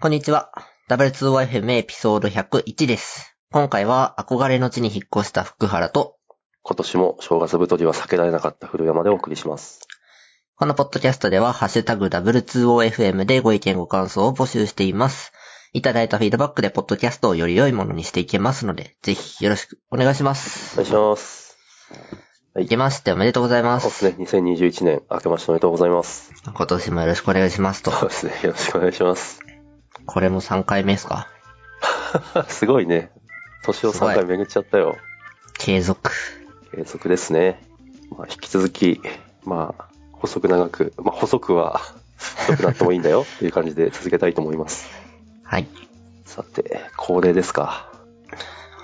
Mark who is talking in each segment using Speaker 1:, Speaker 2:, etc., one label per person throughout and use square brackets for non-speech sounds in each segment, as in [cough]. Speaker 1: こんにちは。W2YFM エピソード101です。今回は憧れの地に引っ越した福原と、
Speaker 2: 今年も正月太りは避けられなかった古山でお送りします。
Speaker 1: このポッドキャストでは、ハッシュタグ W2OFM でご意見ご感想を募集しています。いただいたフィードバックでポッドキャストをより良いものにしていけますので、ぜひよろしくお願いしま
Speaker 2: お
Speaker 1: す。
Speaker 2: 願いします。
Speaker 1: いけましておめでとうございま。
Speaker 2: そうですすね、2021年明けましておめでとうございます。
Speaker 1: 今年もよろしくお願いしますと。
Speaker 2: そうですね、よろしくお願いします。 [laughs]
Speaker 1: これも3回目ですか
Speaker 2: すごいね。年を
Speaker 1: すごい
Speaker 2: 3回巡っちゃったよ。
Speaker 1: 継続。
Speaker 2: 継続ですね。まあ、引き続き、まあ、細く長く、まあ、細くは、 [laughs] 太くなってもいいんだよっていう感じで続けたいと思います。
Speaker 1: はい。
Speaker 2: さて、恒例ですか。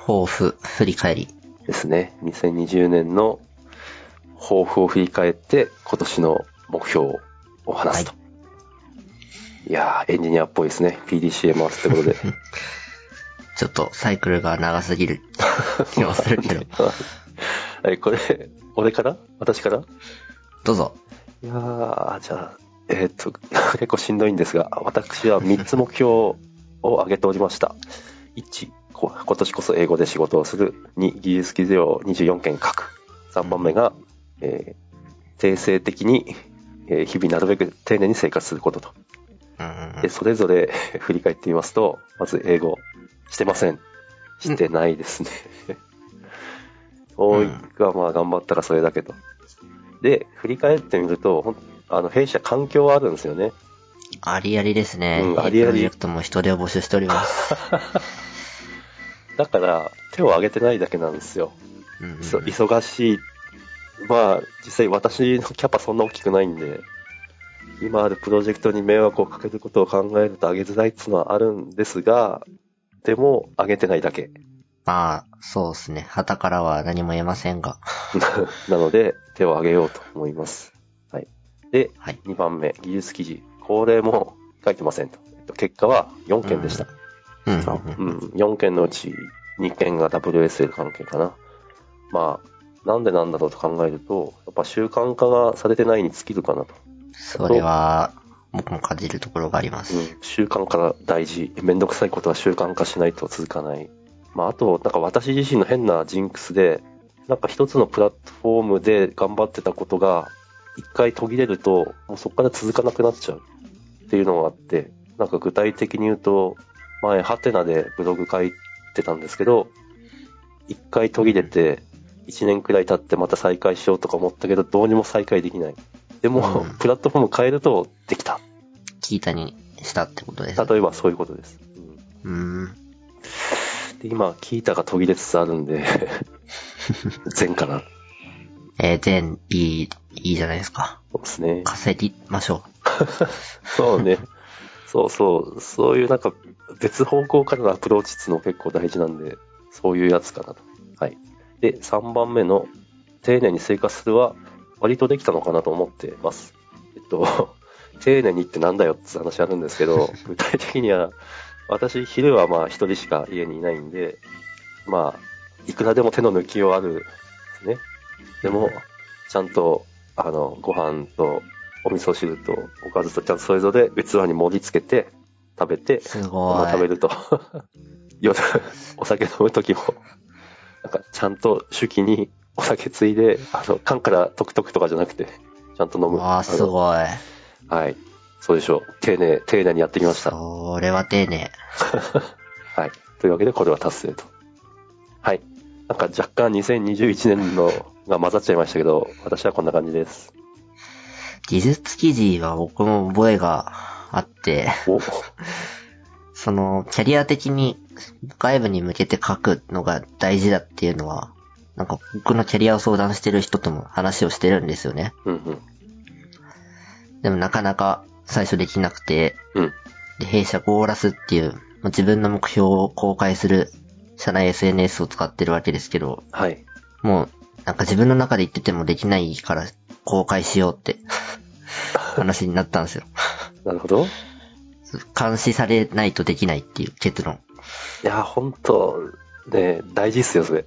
Speaker 1: 抱負、振り返り。
Speaker 2: ですね。2020年の抱負を振り返って、今年の目標をお話すと。、
Speaker 1: はい
Speaker 2: やー、エンジニアっぽいですね。PDCA 回すってことで。
Speaker 1: ちょっとサイクルが長すぎる気もする
Speaker 2: [laughs]
Speaker 1: けど。
Speaker 2: え、これ、俺から私から
Speaker 1: どう
Speaker 2: [laughs]
Speaker 1: ぞ。
Speaker 2: いやー、じゃあ、えーっと、 [laughs] 結構しんどいんですが、私は3つ目標を挙げておりました。1、こ今年こそ英語で仕事をする。2、技術記事を24件書く。3番目が、えー定性的に、えー日々なるべく丁寧に生活することと。
Speaker 1: うんうんうん
Speaker 2: で、それぞれ振り返ってみますと、まず英語、してません。してないですね。 [laughs] 多いが、まあ頑張ったらそれだけど。で、振り返ってみると、ほんあの、弊社環境はあるんですよね。
Speaker 1: ありありですね。
Speaker 2: うんあり
Speaker 1: プ
Speaker 2: あり
Speaker 1: ロジェクトも人手を募集しております。
Speaker 2: だから、手を挙げてないだけなんですよ。
Speaker 1: うんうんうん
Speaker 2: そ忙しい。まあ、実際私のキャパそんな大きくないんで、今あるプロジェクトに迷惑をかけることを考えると上げづらいっていうのはあるんですが、でも上げてないだけ。
Speaker 1: まあ、そうですね。旗からは何も言えませんが。
Speaker 2: [laughs] なので、手を挙げようと思います。はい。で、
Speaker 1: はい
Speaker 2: 2番目、技術記事。これも書いてませんと。えっと結果は4件でした。
Speaker 1: うんうん
Speaker 2: うん、4件のうち2件が WSL 関係かな。まあ、なんでなんだろうと考えると、やっぱ習慣化がされてないに尽きるかなと。
Speaker 1: うん。それは、僕も感じるところがありま
Speaker 2: う
Speaker 1: す。
Speaker 2: ん、習慣化大事。めんどくさいことは習慣化しないと続かない。まあ、あと、なんか私自身の変なジンクスで、なんか一つのプラットフォームで頑張ってたことが、一回途切れると、もうそこから続かなくなっちゃうっていうのがあって、なんか具体的に言うと、前、ハテナでブログ書いてたんですけど、一回途切れて、一年くらい経ってまた再開しようとか思ったけど、どうにも再開できない。でも、
Speaker 1: うん
Speaker 2: プラットフォーム変えると、できた。
Speaker 1: 聞いたにしたってことです。
Speaker 2: 例えばそういうことです。うん
Speaker 1: うん。
Speaker 2: で今、キータが途切れつつあるんで、 [laughs] 全かな。
Speaker 1: えー、全、いい、いいじゃないですか。
Speaker 2: そうですね。
Speaker 1: 稼ぎましょ
Speaker 2: そうね。そうそう。そういうなんか、別方向からのアプローチっつうの結構大事なんで、そういうやつかなと。はい。で、3番目の、丁寧に生活するは、割とできたのかなと思ってます。えっと、 [laughs] 丁寧にってなんだよって話あるんですけど、具体的には、私、昼はまあ一人しか家にいないんで、まあ、いくらでも手の抜きようあるんですね。でも、ちゃんと、あの、ご飯とお味噌汁とおかずとちゃんとそれぞれ器に盛り付けて食べて
Speaker 1: う。、す
Speaker 2: ご
Speaker 1: ご
Speaker 2: 飯食べ
Speaker 1: い。
Speaker 2: ると。 [laughs] 夜、お酒飲むときも、なんかちゃんと手記にお酒ついで、あの、缶からトクトクとかじゃなくて、ちゃんと飲む。
Speaker 1: わあ、すごい。
Speaker 2: あのはい。そうでしょう。丁寧、丁寧にやってきました。
Speaker 1: それは丁寧。
Speaker 2: はい。というわけで、これは達成と。はい。なんか若干2021年のが混ざっちゃいましたけど、私はこんな感じです。
Speaker 1: 技術記事は僕も覚えがあって、
Speaker 2: お、
Speaker 1: その、キャリア的に外部に向けて書くのが大事だっていうのは、なんか僕のキャリアを相談してる人とも話をしてるんですよね。
Speaker 2: うんうん。
Speaker 1: でもなかなか最初できなくて、
Speaker 2: うん。
Speaker 1: で、弊社ゴーラスっていう、まあ自分の目標を公開する社内 SNS を使ってるわけですけど、
Speaker 2: はい。
Speaker 1: もう、なんか自分の中で言っててもできないから公開しようって [laughs] 話になったんですよ。
Speaker 2: なるほど。
Speaker 1: 監視されないとできないっていう結論。
Speaker 2: いや、本当ね、大事っすよ、それ。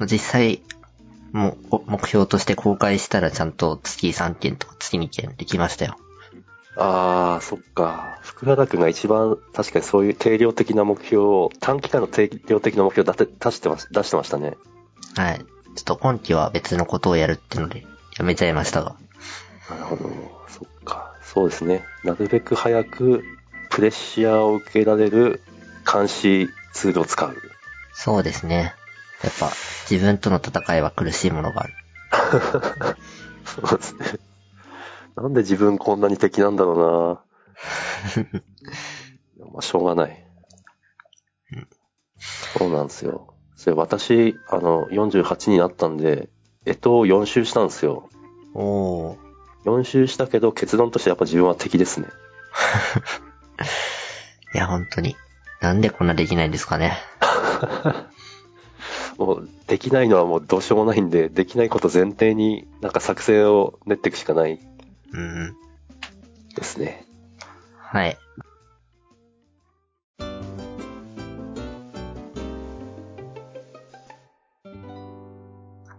Speaker 1: 実際、もう、お目標として公開したらちゃんと月3件とか月2件できましたよ。
Speaker 2: ああ、そっか。福原君が一番、確かにそういう定量的な目標を、短期間の定量的な目標を出て出してまし出してましたね。
Speaker 1: はい。ちょっと今期は別のことをやるってので、やめちゃいましたが。
Speaker 2: なるほど。そっか。そうですね。なるべく早く、プレッシャーを受けられる監視ツールを使う。
Speaker 1: そうですね。やっぱ、自分との戦いは苦しいものがある。
Speaker 2: そうですね。 [laughs] なんで自分こんなに敵なんだろうなまあ、しょうがない。そうなんですよ。それ私、あの、48になったんで、えとを4周したんですよ。
Speaker 1: おー。
Speaker 2: 4周したけど、結論としてやっぱ自分は敵ですね。
Speaker 1: いや、本当に。なんでこんなできないんですかね。
Speaker 2: もう、できないのはもうどうしようもないんで、できないこと前提になんか作戦を練っていくしかない
Speaker 1: うん。
Speaker 2: ですね。
Speaker 1: はい。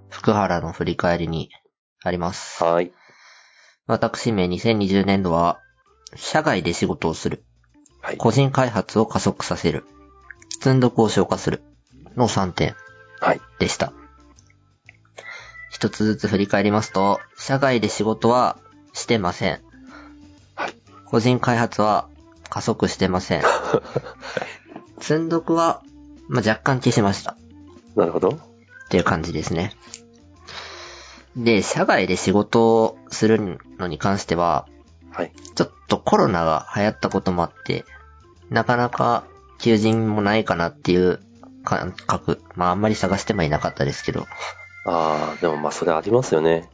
Speaker 1: 福原の振り返りにあります。
Speaker 2: はい。
Speaker 1: 私め2020年度は、社外で仕事をする。
Speaker 2: はい。
Speaker 1: 個人開発を加速させる。積んどくを消化する。の3点
Speaker 2: はい。
Speaker 1: でした。一つずつ振り返りますと、社外で仕事はしてません。
Speaker 2: はい。
Speaker 1: 個人開発は加速してません。積んどくは、まあ、若干消しました。
Speaker 2: なるほど。
Speaker 1: っていう感じですね。で、社外で仕事をするのに関しては、
Speaker 2: はい。
Speaker 1: ちょっとコロナが流行ったこともあって、なかなか求人もないかなっていう感覚。まああんまり探してもいなかったですけど。
Speaker 2: ああ、でもまあそれありますよね。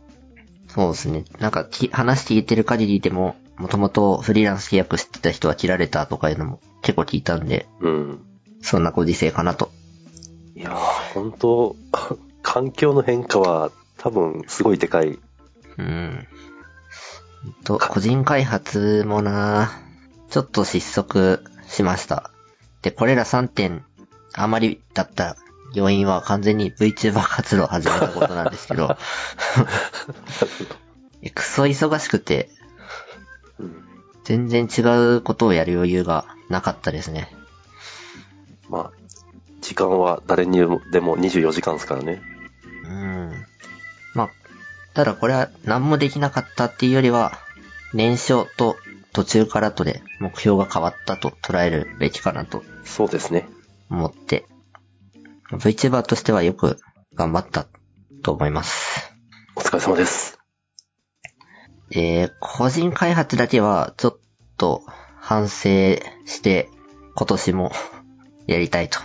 Speaker 1: そうですね。なんかき話聞いてる限りでも、もともとフリーランス契約してた人は切られたとかいうのも結構聞いたんで、
Speaker 2: うん。
Speaker 1: そんなご時世かなと。
Speaker 2: いやー、本当 [laughs] 環境の変化は多分すごいでかい。
Speaker 1: うん。と、個人開発もなちょっと失速しました。で、これら3点、あまりだった要因は完全に VTuber 活動を始めたことなんですけど、クソ忙しくて、
Speaker 2: うん
Speaker 1: 全然違うことをやる余裕がなかったですね。
Speaker 2: まあ、時間は誰にでも24時間ですからね。
Speaker 1: うん。まあ、ただこれは何もできなかったっていうよりは、年少と途中からとで目標が変わったと捉えるべきかなと
Speaker 2: そうですね。
Speaker 1: 思って、VTuber としてはよく頑張ったと思います。
Speaker 2: お疲れ様です。
Speaker 1: で、個人開発だけはちょっと反省して、今年もやりたいと。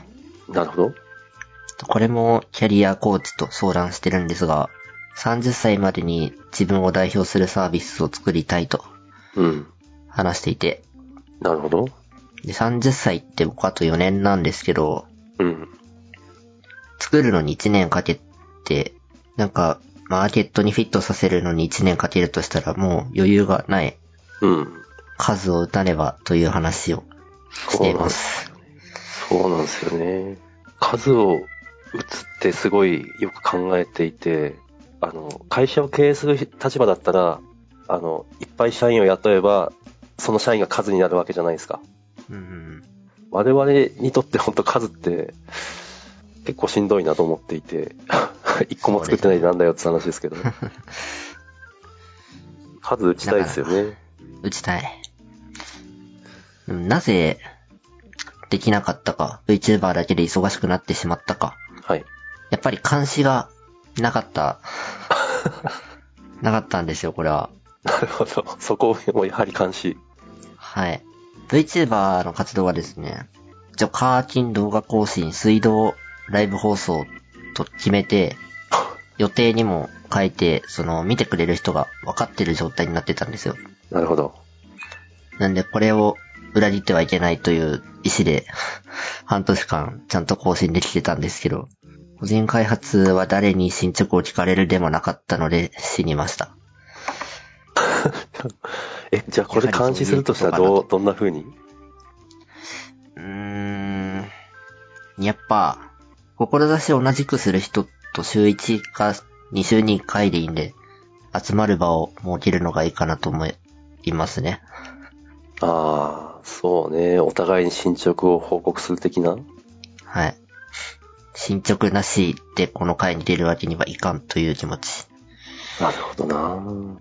Speaker 2: なるほど。
Speaker 1: これもキャリアコーチと相談してるんですが、30歳までに自分を代表するサービスを作りたいと
Speaker 2: うん。
Speaker 1: 話していて、
Speaker 2: なるほど。
Speaker 1: で30歳って僕あと4年なんですけど、
Speaker 2: うん。
Speaker 1: 作るのに1年かけて、なんか、マーケットにフィットさせるのに1年かけるとしたらもう余裕がない
Speaker 2: うん。
Speaker 1: 数を打たねばという話をしています。
Speaker 2: そうなんですよね。数を打つってすごいよく考えていて、あの、会社を経営する立場だったら、あの、いっぱい社員を雇えば、その社員が数になるわけじゃないですか。
Speaker 1: うん。
Speaker 2: 我々にとって本当数って結構しんどいなと思っていて、 [laughs] 一個も作ってないでなんだよって話 [laughs] ですけど。数打ちたいですよね。
Speaker 1: 打ちたい。でもなぜ、できなかったか、VTuber だけで忙しくなってしまったか。
Speaker 2: はい。
Speaker 1: やっぱり監視がなかった。なかったんですよ、これは。
Speaker 2: なるほど。そこをもうやはり監視。
Speaker 1: はい。VTuber の活動はですね、一応、カーキン動画更新、水道、ライブ放送と決めて、予定にも書いて、その、見てくれる人が分かってる状態になってたんですよ。
Speaker 2: なるほど。
Speaker 1: なんで、これを裏切ってはいけないという意思で、 [laughs] 半年間ちゃんと更新できてたんですけど、個人開発は誰に進捗を聞かれるでもなかったので、死にました。
Speaker 2: え、じゃあこれ監視するとしたらどう、どんな風に
Speaker 1: うーん。やっぱ、志を同じくする人と週1か2週に1回でいいんで、集まる場を設けるのがいいかなと思いますね。
Speaker 2: ああ、そうね。お互いに進捗を報告する的な。
Speaker 1: はい。進捗なしでこの回に出るわけにはいかんという気持ち。
Speaker 2: なるほどな。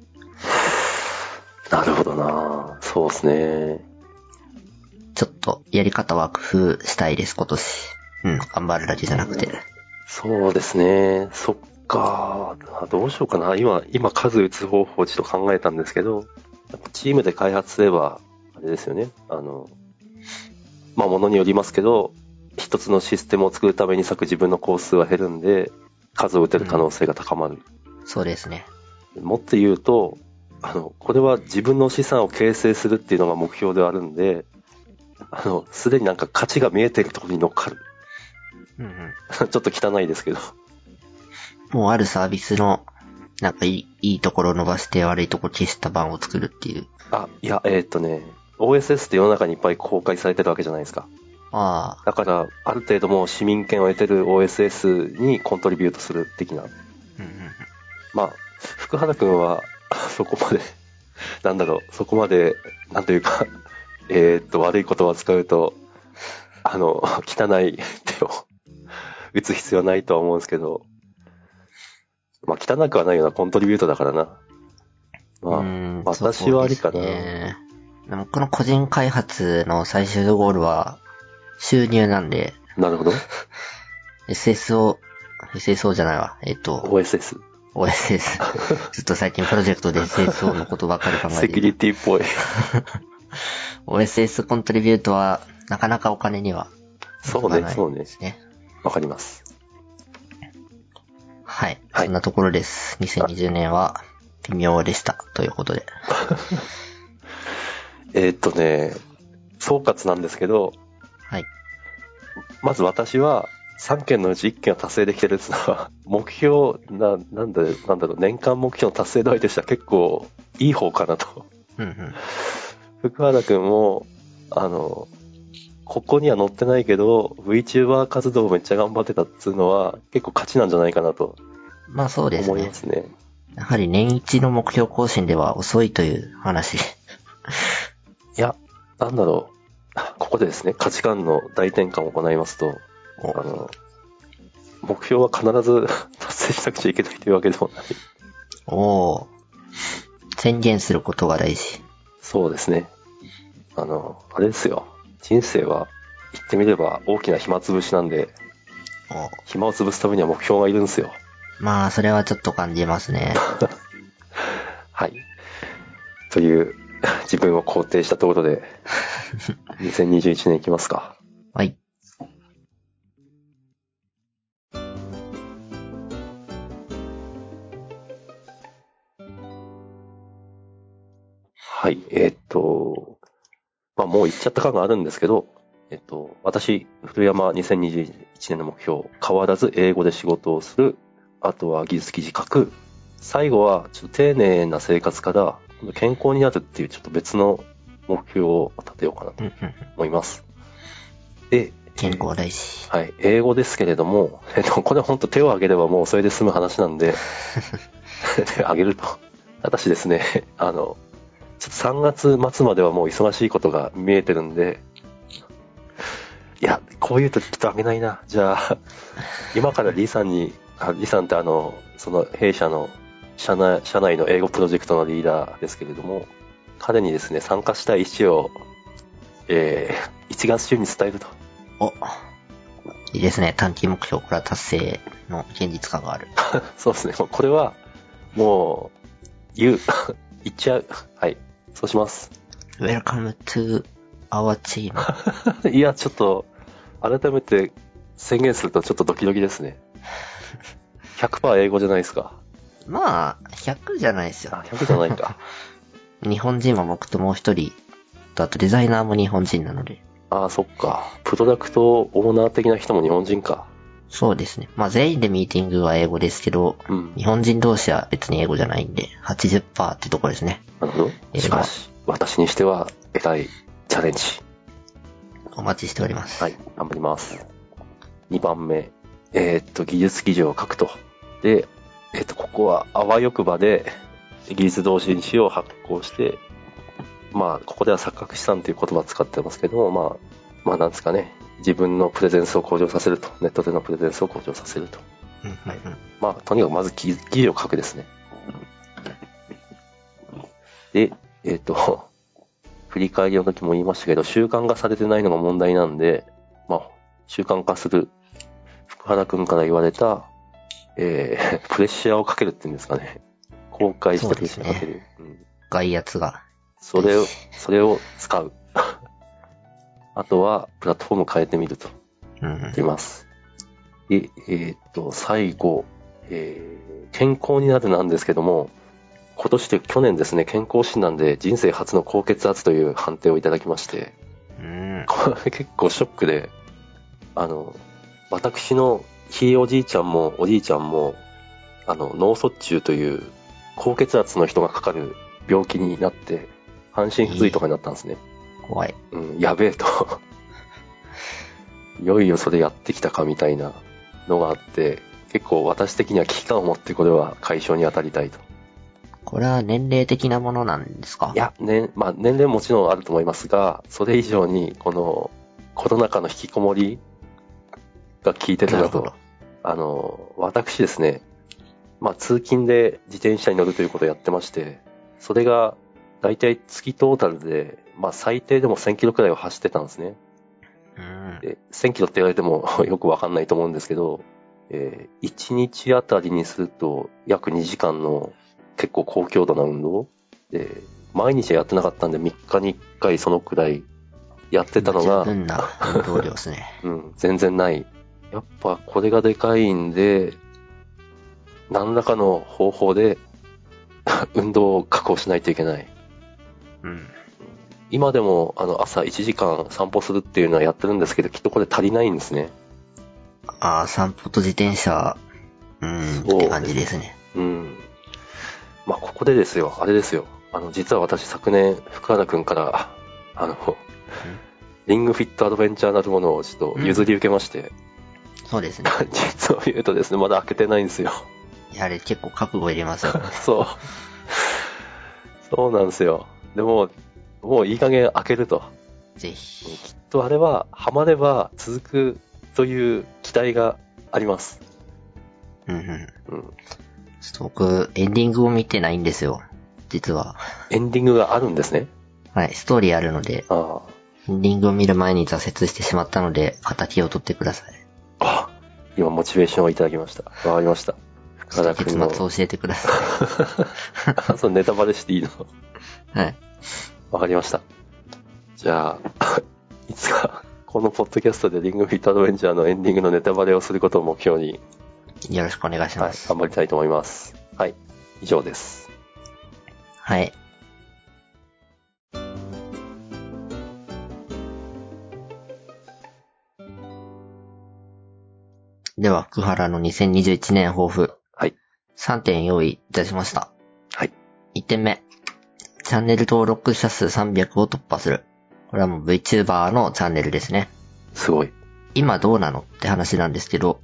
Speaker 2: なるほどな。そうですね。
Speaker 1: ちょっとやり方は工夫したいです、今年。うん、頑張るだけじゃなくて。
Speaker 2: そうですね。そっか。あどうしようかな。今、今数打つ方法をちょっと考えたんですけど、やっぱチームで開発すれば、あれですよね。あの、まあ、ものによりますけど、一つのシステムを作るために割く自分の工数は減るんで、数を打てる可能性が高まる。
Speaker 1: そうですね。
Speaker 2: もっと言うと、あの、これは自分の資産を形成するっていうのが目標ではあるんで、あの、すでになんか価値が見えてるところに乗っかる。 [laughs]
Speaker 1: うんうん。
Speaker 2: ちょっと汚いですけど。
Speaker 1: もうあるサービスの、なんかいい、いいところを伸ばして悪いところ消した版を作るっていう。
Speaker 2: あ、いや、えーっとね、OSS って世の中にいっぱい公開されてるわけじゃないですか。
Speaker 1: ああ、
Speaker 2: だから、ある程度もう市民権を得てる OSS にコントリビュートする的な。
Speaker 1: うんうん。
Speaker 2: まあ、福原くんは、 [laughs] そこまで、なんだろう、そこまで、なんというか、えーっと、悪い言葉を使うと、あの、 [laughs] 汚い手を [laughs] 打つ必要はないとは思うんですけど、まあ、汚くはないようなコントリビュートだからな。まあ、
Speaker 1: うん
Speaker 2: 私はありか
Speaker 1: そう
Speaker 2: な。
Speaker 1: ですねでもこの個人開発の最終ゴールは、収入なんで、
Speaker 2: なるほど。
Speaker 1: SSO、SSO じゃないわ。えっと、
Speaker 2: OSS。
Speaker 1: [laughs] OSS。ずっと最近プロジェクトで SSO のことばっかり考え
Speaker 2: セキ
Speaker 1: て
Speaker 2: ュリティっぽい。
Speaker 1: OSS コントリビュートは、なかなかお金には、
Speaker 2: そうね、そうね
Speaker 1: で。すね。
Speaker 2: わかります。
Speaker 1: はい。
Speaker 2: はい
Speaker 1: そんなところです。2020年は、微妙でした。ということで。
Speaker 2: えーっとね、総括なんですけど、
Speaker 1: はい。
Speaker 2: まず私は、3件のうち1件は達成できてるっていうのは、 [laughs] 目標、な、なんだ、なんだろう、年間目標の達成度合いとしては結構いい方かなと。 [laughs]
Speaker 1: うんうん。
Speaker 2: 福原くんも、あの、ここには載ってないけど、VTuber 活動めっちゃ頑張ってたっつうのは、結構価値なんじゃないかなと
Speaker 1: まあそうです
Speaker 2: 思い
Speaker 1: ね
Speaker 2: ま。すね。
Speaker 1: やはり年一の目標更新では遅いという話。 [laughs]
Speaker 2: いや、なんだろう。ここでですね、価値観の大転換を行いますと、
Speaker 1: お
Speaker 2: あの、目標は必ず [laughs] 達成しなくちゃいけないというわけでもない。
Speaker 1: おー宣言することが大事。
Speaker 2: そうですね。あの、あれですよ。人生は、言ってみれば大きな暇つぶしなんで、
Speaker 1: おー
Speaker 2: 暇を潰すためには目標がいるんですよ。
Speaker 1: まあ、それはちょっと感じますね。 [laughs]
Speaker 2: はい。という、自分を肯定したところで、2021年いきますか。
Speaker 1: はい。
Speaker 2: はい、えーっと、まあもう言っちゃった感があるんですけど、えっと、私、古山2021年の目標、変わらず英語で仕事をする、あとは技術記事書く、最後はちょっと丁寧な生活から今度健康になるっていうちょっと別の目標を立てようかなと
Speaker 1: うんうんうん
Speaker 2: 思います。で、
Speaker 1: 健康大事。
Speaker 2: はい、英語ですけれども、 [laughs] えっと、これ本当手を挙げればもうそれで済む話なんで、 [laughs] 手を挙げると。ただしですね、 [laughs] あの、ちょっと3月末まではもう忙しいことが見えてるんで、いや、こういうとちょっとあげないな。じゃあ、今からリさんに、あリさんってあの、その弊社の社内社内の英語プロジェクトのリーダーですけれども、彼にですね、参加したい意思を、えー、1月中に伝えると。
Speaker 1: おいいですね。短期目標、これは達成の現実感がある。
Speaker 2: そうですね。もうこれは、もう、言う。言っちゃう。はい。そうします。
Speaker 1: Welcome to our team. [laughs]
Speaker 2: いや、ちょっと、改めて宣言するとちょっとドキドキですね。100%英語じゃないですか。
Speaker 1: まあ、100じゃないですよ
Speaker 2: あ、。100じゃないか。
Speaker 1: 日本人は僕ともう一人、とあとデザイナーも日本人なので。
Speaker 2: あー、そっか。プロダクトオーナー的な人も日本人か。
Speaker 1: そうですね。まあ全員でミーティングは英語ですけど、
Speaker 2: うん。
Speaker 1: 日本人同士は別に英語じゃないんで、80%ってとこですね。
Speaker 2: なるほど。
Speaker 1: 英語
Speaker 2: しかし、私にしては、偉いチャレンジ。
Speaker 1: お待ちしております。
Speaker 2: はい、頑張ります。2番目、えーっと、技術記事を書くと。で、えーっと、ここはあわよくばで、技術同心誌を発行して、まあ、ここでは錯覚資産という言葉を使ってますけども、まあ、まあ、なんですかね、自分のプレゼンスを向上させると、ネットでのプレゼンスを向上させると。
Speaker 1: うんうん
Speaker 2: まあ、とにかくまず記記事を書くですね。で、えっ、と、 [laughs] 振り返りの時も言いましたけど、習慣化されてないのが問題なんで、まあ、習慣化する、福原くんから言われた、えー [laughs] プレッシャーをかけるっていうんですかね。公開してプレッシャーをかける。うん
Speaker 1: 外圧が。
Speaker 2: それを、それを使う。 [laughs] あとは、プラットフォーム変えてみると。
Speaker 1: うんうん
Speaker 2: います。で、えーっと、最後、えー健康になるなんですけども、今年というか去年ですね、健康診断で人生初の高血圧という判定をいただきまして、 [laughs]
Speaker 1: うん。
Speaker 2: これ結構ショックで、あの、私のひいおじいちゃんもおじいちゃんも、あの、脳卒中という高血圧の人がかかる病気になって、半身不随とかになったんですね。
Speaker 1: 怖い。
Speaker 2: うん、やべえと。 [laughs] いよいよそれやってきたかみたいなのがあって、結構私的には危機感を持ってこれは解消に当たりたいと。
Speaker 1: これは年齢的なものなんですか
Speaker 2: いや、ね、まあ年齢もちろんあると思いますが、それ以上にこのコロナ禍の引きこもりが効いてた
Speaker 1: な
Speaker 2: な
Speaker 1: るほ
Speaker 2: と
Speaker 1: ど。
Speaker 2: あの、私ですね、まあ、通勤で自転車に乗るということをやってまして、それが、大体月トータルで、まあ、最低でも1000キロくらいを走ってたんですね。
Speaker 1: うん。
Speaker 2: で1000キロって言われても [laughs] よくわかんないと思うんですけど、えー1日あたりにすると約2時間の結構高強度な運動で、毎日はやってなかったんで3日に1回そのくらいやってたのが、
Speaker 1: 十分な運動量ですね。
Speaker 2: うん、全然ない。やっぱこれがでかいんで、何らかの方法で [laughs] 運動を確保しないといけない。
Speaker 1: うん。
Speaker 2: 今でもあの朝1時間散歩するっていうのはやってるんですけど、きっとこれ足りないんですね。
Speaker 1: ああ、散歩と自転車、うん、っ
Speaker 2: そう
Speaker 1: て感じですね。
Speaker 2: うん。まあ、ここでですよ、あれですよ。あの、実は私昨年、福原くんから、あの、リングフィットアドベンチャーなるものをちょっと譲り受けまして、 [laughs]
Speaker 1: そうですね。
Speaker 2: 実を言うとですね、まだ開けてないんですよ。 [laughs]
Speaker 1: いやあれ結構覚悟いり [laughs] ますよ。
Speaker 2: そう。そうなんですよ。でも、もういい加減開けると。
Speaker 1: ぜ
Speaker 2: きっ
Speaker 1: ひ。
Speaker 2: とあれは、ハマれば続くという期待があります。
Speaker 1: うんうん。
Speaker 2: う
Speaker 1: ちょっ
Speaker 2: ん。
Speaker 1: と僕、エンディングを見てないんですよ。実は。
Speaker 2: エンディングがあるんですね。
Speaker 1: はい、ストーリーあるので、
Speaker 2: あ
Speaker 1: エンディングを見る前に挫折してしまったので、仇を取ってください。
Speaker 2: あ。あ今、モチベーションをいただきました。わかりました。
Speaker 1: ちょっと
Speaker 2: 福
Speaker 1: 結
Speaker 2: 君
Speaker 1: 末
Speaker 2: の
Speaker 1: を教えてくださ
Speaker 2: [laughs] そう、ネタバレしていい
Speaker 1: い。
Speaker 2: の
Speaker 1: はい。
Speaker 2: わかりました。じゃあ、 [laughs] いつか、このポッドキャストでリングフィットアドベンチャーのエンディングのネタバレをすることを目標に、
Speaker 1: よろしくお願いし
Speaker 2: は
Speaker 1: ま
Speaker 2: い、
Speaker 1: す。
Speaker 2: 頑張りたいと思います。はい、以上です。
Speaker 1: はい。では、福原の2021年抱負。
Speaker 2: はい。
Speaker 1: 3点用意いたしました。
Speaker 2: はい。
Speaker 1: 1点目。チャンネル登録者数300を突破する。これはもう VTuber のチャンネルですね。
Speaker 2: すごい。
Speaker 1: 今どうなのって話なんですけど、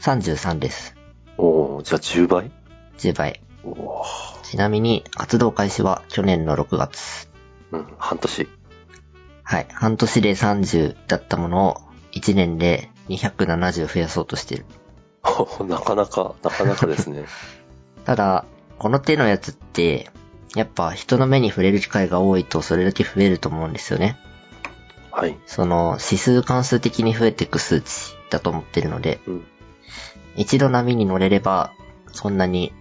Speaker 1: 33です。
Speaker 2: おおじゃあ10倍
Speaker 1: 10倍。
Speaker 2: おお
Speaker 1: ちなみに、活動開始は去年の6月。
Speaker 2: うん、半年。 [laughs]
Speaker 1: はい。半年で30だったものを、1年で270増やそうとしてる。
Speaker 2: おなかなか、なかなかですね。 [laughs]
Speaker 1: ただ、この手のやつって、やっぱ人の目に触れる機会が多いとそれだけ増えると思うんですよね。
Speaker 2: はい。
Speaker 1: その、指数関数的に増えていく数値だと思ってるので、
Speaker 2: うん。
Speaker 1: 一度波に乗れれば、そんなに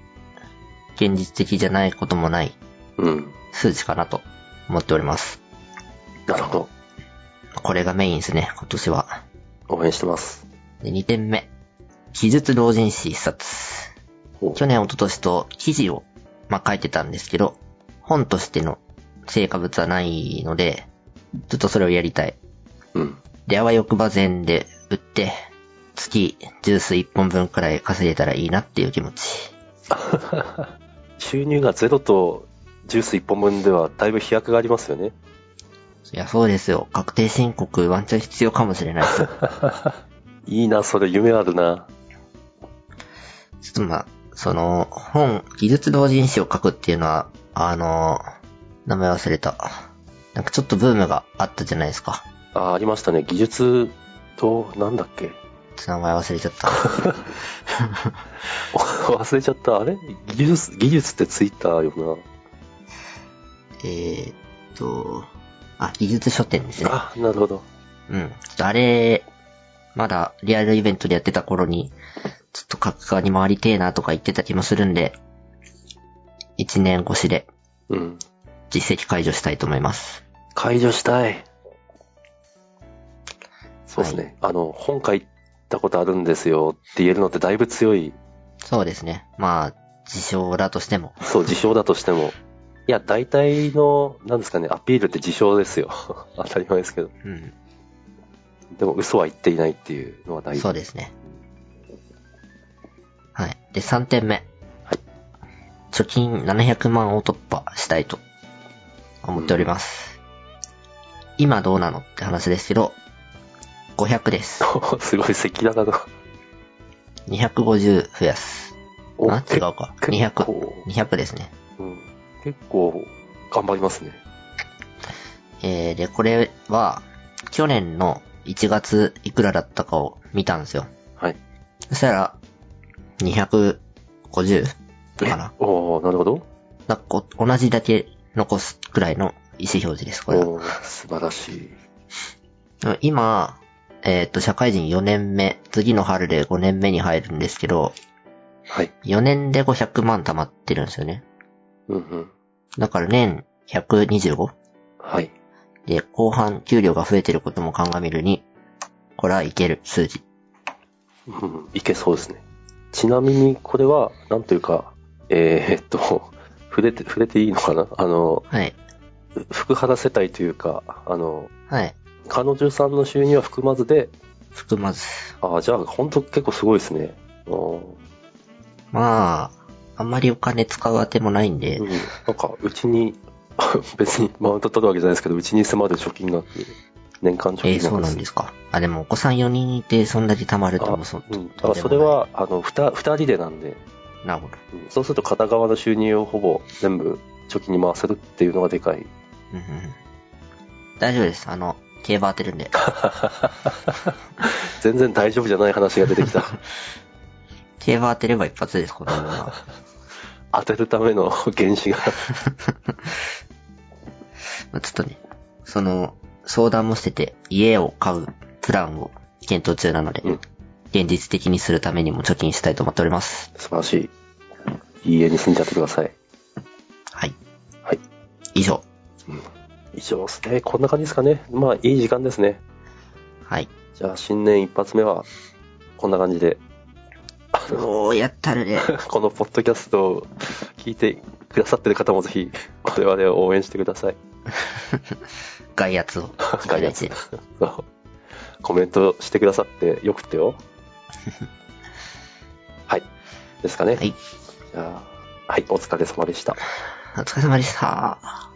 Speaker 1: 現実的じゃないこともない
Speaker 2: うん。
Speaker 1: 数値かなと思っております。
Speaker 2: なるほ
Speaker 1: これがメインですね、今年は。
Speaker 2: ど。応援してます。
Speaker 1: で、2点目。技術同人誌一冊。
Speaker 2: お
Speaker 1: 去年、一昨年と記事を、まあ、書いてたんですけど、本としての成果物はないので、ちょっとそれをやりたい。
Speaker 2: うん。
Speaker 1: で、あわよくば全で売って、月ジュース1本分くらい稼げたらいいなっていう気持ち。
Speaker 2: 収入がゼロとジュース1本分ではだいぶ飛躍がありますよね。
Speaker 1: いや、そうですよ。確定申告ワンチャン必要かもしれないですよ。 [laughs]
Speaker 2: いいな、それ夢あるな。
Speaker 1: ちょっとまあ、その、本、技術同人誌を書くっていうのは、あの、名前忘れた。なんかちょっとブームがあったじゃないですか。
Speaker 2: あ、ありましたね。技術と、なんだっけ。 [laughs]
Speaker 1: ちょっと名前忘れちゃった。
Speaker 2: 忘れちゃった。あれ技術、技術ってツイッターよ
Speaker 1: えーっと、あ、技術書店ですね
Speaker 2: な。。あ、なるほど。
Speaker 1: うん。ちょっとあれ、まだリアルイベントでやってた頃に、ちょっと各側に回りてえなとか言ってた気もするんで、1年越しで
Speaker 2: うん。
Speaker 1: 実績解除したいと思います。
Speaker 2: 解除したい。そうですね。あの、本書いたことあるんですよって言えるのってだいぶ強い、
Speaker 1: そうですね。まあ、自称だとしても。
Speaker 2: そう、自称だとしても。いや、大体の、なんですかね、アピールって自称ですよ。 [laughs] 当たり前ですけど。
Speaker 1: うん。
Speaker 2: でも嘘は言っていないっていうのは大
Speaker 1: そう
Speaker 2: 事。
Speaker 1: ですね。はい。で、3点目。貯金700万を突破したいと思っております。今どうなのって話ですけど、500です。
Speaker 2: [laughs] すごい赤裸々な。
Speaker 1: 250増やす。
Speaker 2: お
Speaker 1: あ違うか。
Speaker 2: 結
Speaker 1: 200。
Speaker 2: 構、
Speaker 1: 200ですね。
Speaker 2: うん、結構頑張りますね。
Speaker 1: えー、で、これは、去年の1月いくらだったかを見たんですよ。
Speaker 2: はい。
Speaker 1: そしたら、250かな。
Speaker 2: おおなるほど。
Speaker 1: なんかこう同じだけ残すくらいの意思表示です、これは。
Speaker 2: おー素晴らしい。
Speaker 1: 今、えっ、と、社会人4年目、次の春で5年目に入るんですけど、
Speaker 2: はい。
Speaker 1: 4年で500万貯まってるんですよね。
Speaker 2: うんうん。
Speaker 1: だから年 125?
Speaker 2: はい。
Speaker 1: で、後半給料が増えてることも鑑みるに、これはいける数字。
Speaker 2: うん、いけそうですね。ちなみに、これは、なんというか、えー、っと、 [laughs] 触れて、触れていいのかなあの、
Speaker 1: はい。
Speaker 2: 福原世帯というか、あの、
Speaker 1: はい。
Speaker 2: 彼女さんの収入は含まずで、
Speaker 1: 含まず。
Speaker 2: ああ、じゃあ、本当結構すごいですね。おー
Speaker 1: まあ、あんまりお金使うあてもないんで
Speaker 2: うん、、なんか、うちに、 [laughs] 別にマウント取るわけじゃないですけど、うちに迫る貯金額、年間貯
Speaker 1: え
Speaker 2: 金
Speaker 1: ー、
Speaker 2: 額
Speaker 1: そうなんですか。あ、でもお子さん4人いて、そんだけ貯まるともそ、
Speaker 2: うん、だからそれは、あの、二二人でなんで、
Speaker 1: なるほど。
Speaker 2: うんそうすると片側の収入をほぼ全部貯金に回せるっていうのがでかい。
Speaker 1: うんうんうん大丈夫です。あの、競馬当てるん
Speaker 2: [laughs]
Speaker 1: で。
Speaker 2: 全然大丈夫じゃない話が出て [laughs] きた。
Speaker 1: 競馬当てれば一発です、この馬は。
Speaker 2: 当てるための原資が。
Speaker 1: まあちょっとね、その、相談もしてて、家を買うプランを検討中なので、
Speaker 2: うん
Speaker 1: 現実的にするためにも貯金したいと思っております。
Speaker 2: 素晴らしい。いい家に住んじゃってください。
Speaker 1: はい。
Speaker 2: はい。
Speaker 1: 以上。
Speaker 2: 以上ですね。こんな感じですかね。まあ、いい時間ですね。
Speaker 1: はい。
Speaker 2: じゃあ、新年一発目は、こんな感じで、あの、
Speaker 1: おー、やったるね。
Speaker 2: このポッドキャストを聞いてくださってる方もぜひ、我々を応援してください。
Speaker 1: 外圧を。
Speaker 2: [laughs] 外圧そう [laughs] コメントしてくださってよく
Speaker 1: [laughs]
Speaker 2: てよ。はい。ですかね。
Speaker 1: はい。
Speaker 2: じゃあ、はい、お疲れ様でした。
Speaker 1: お疲れ様でした。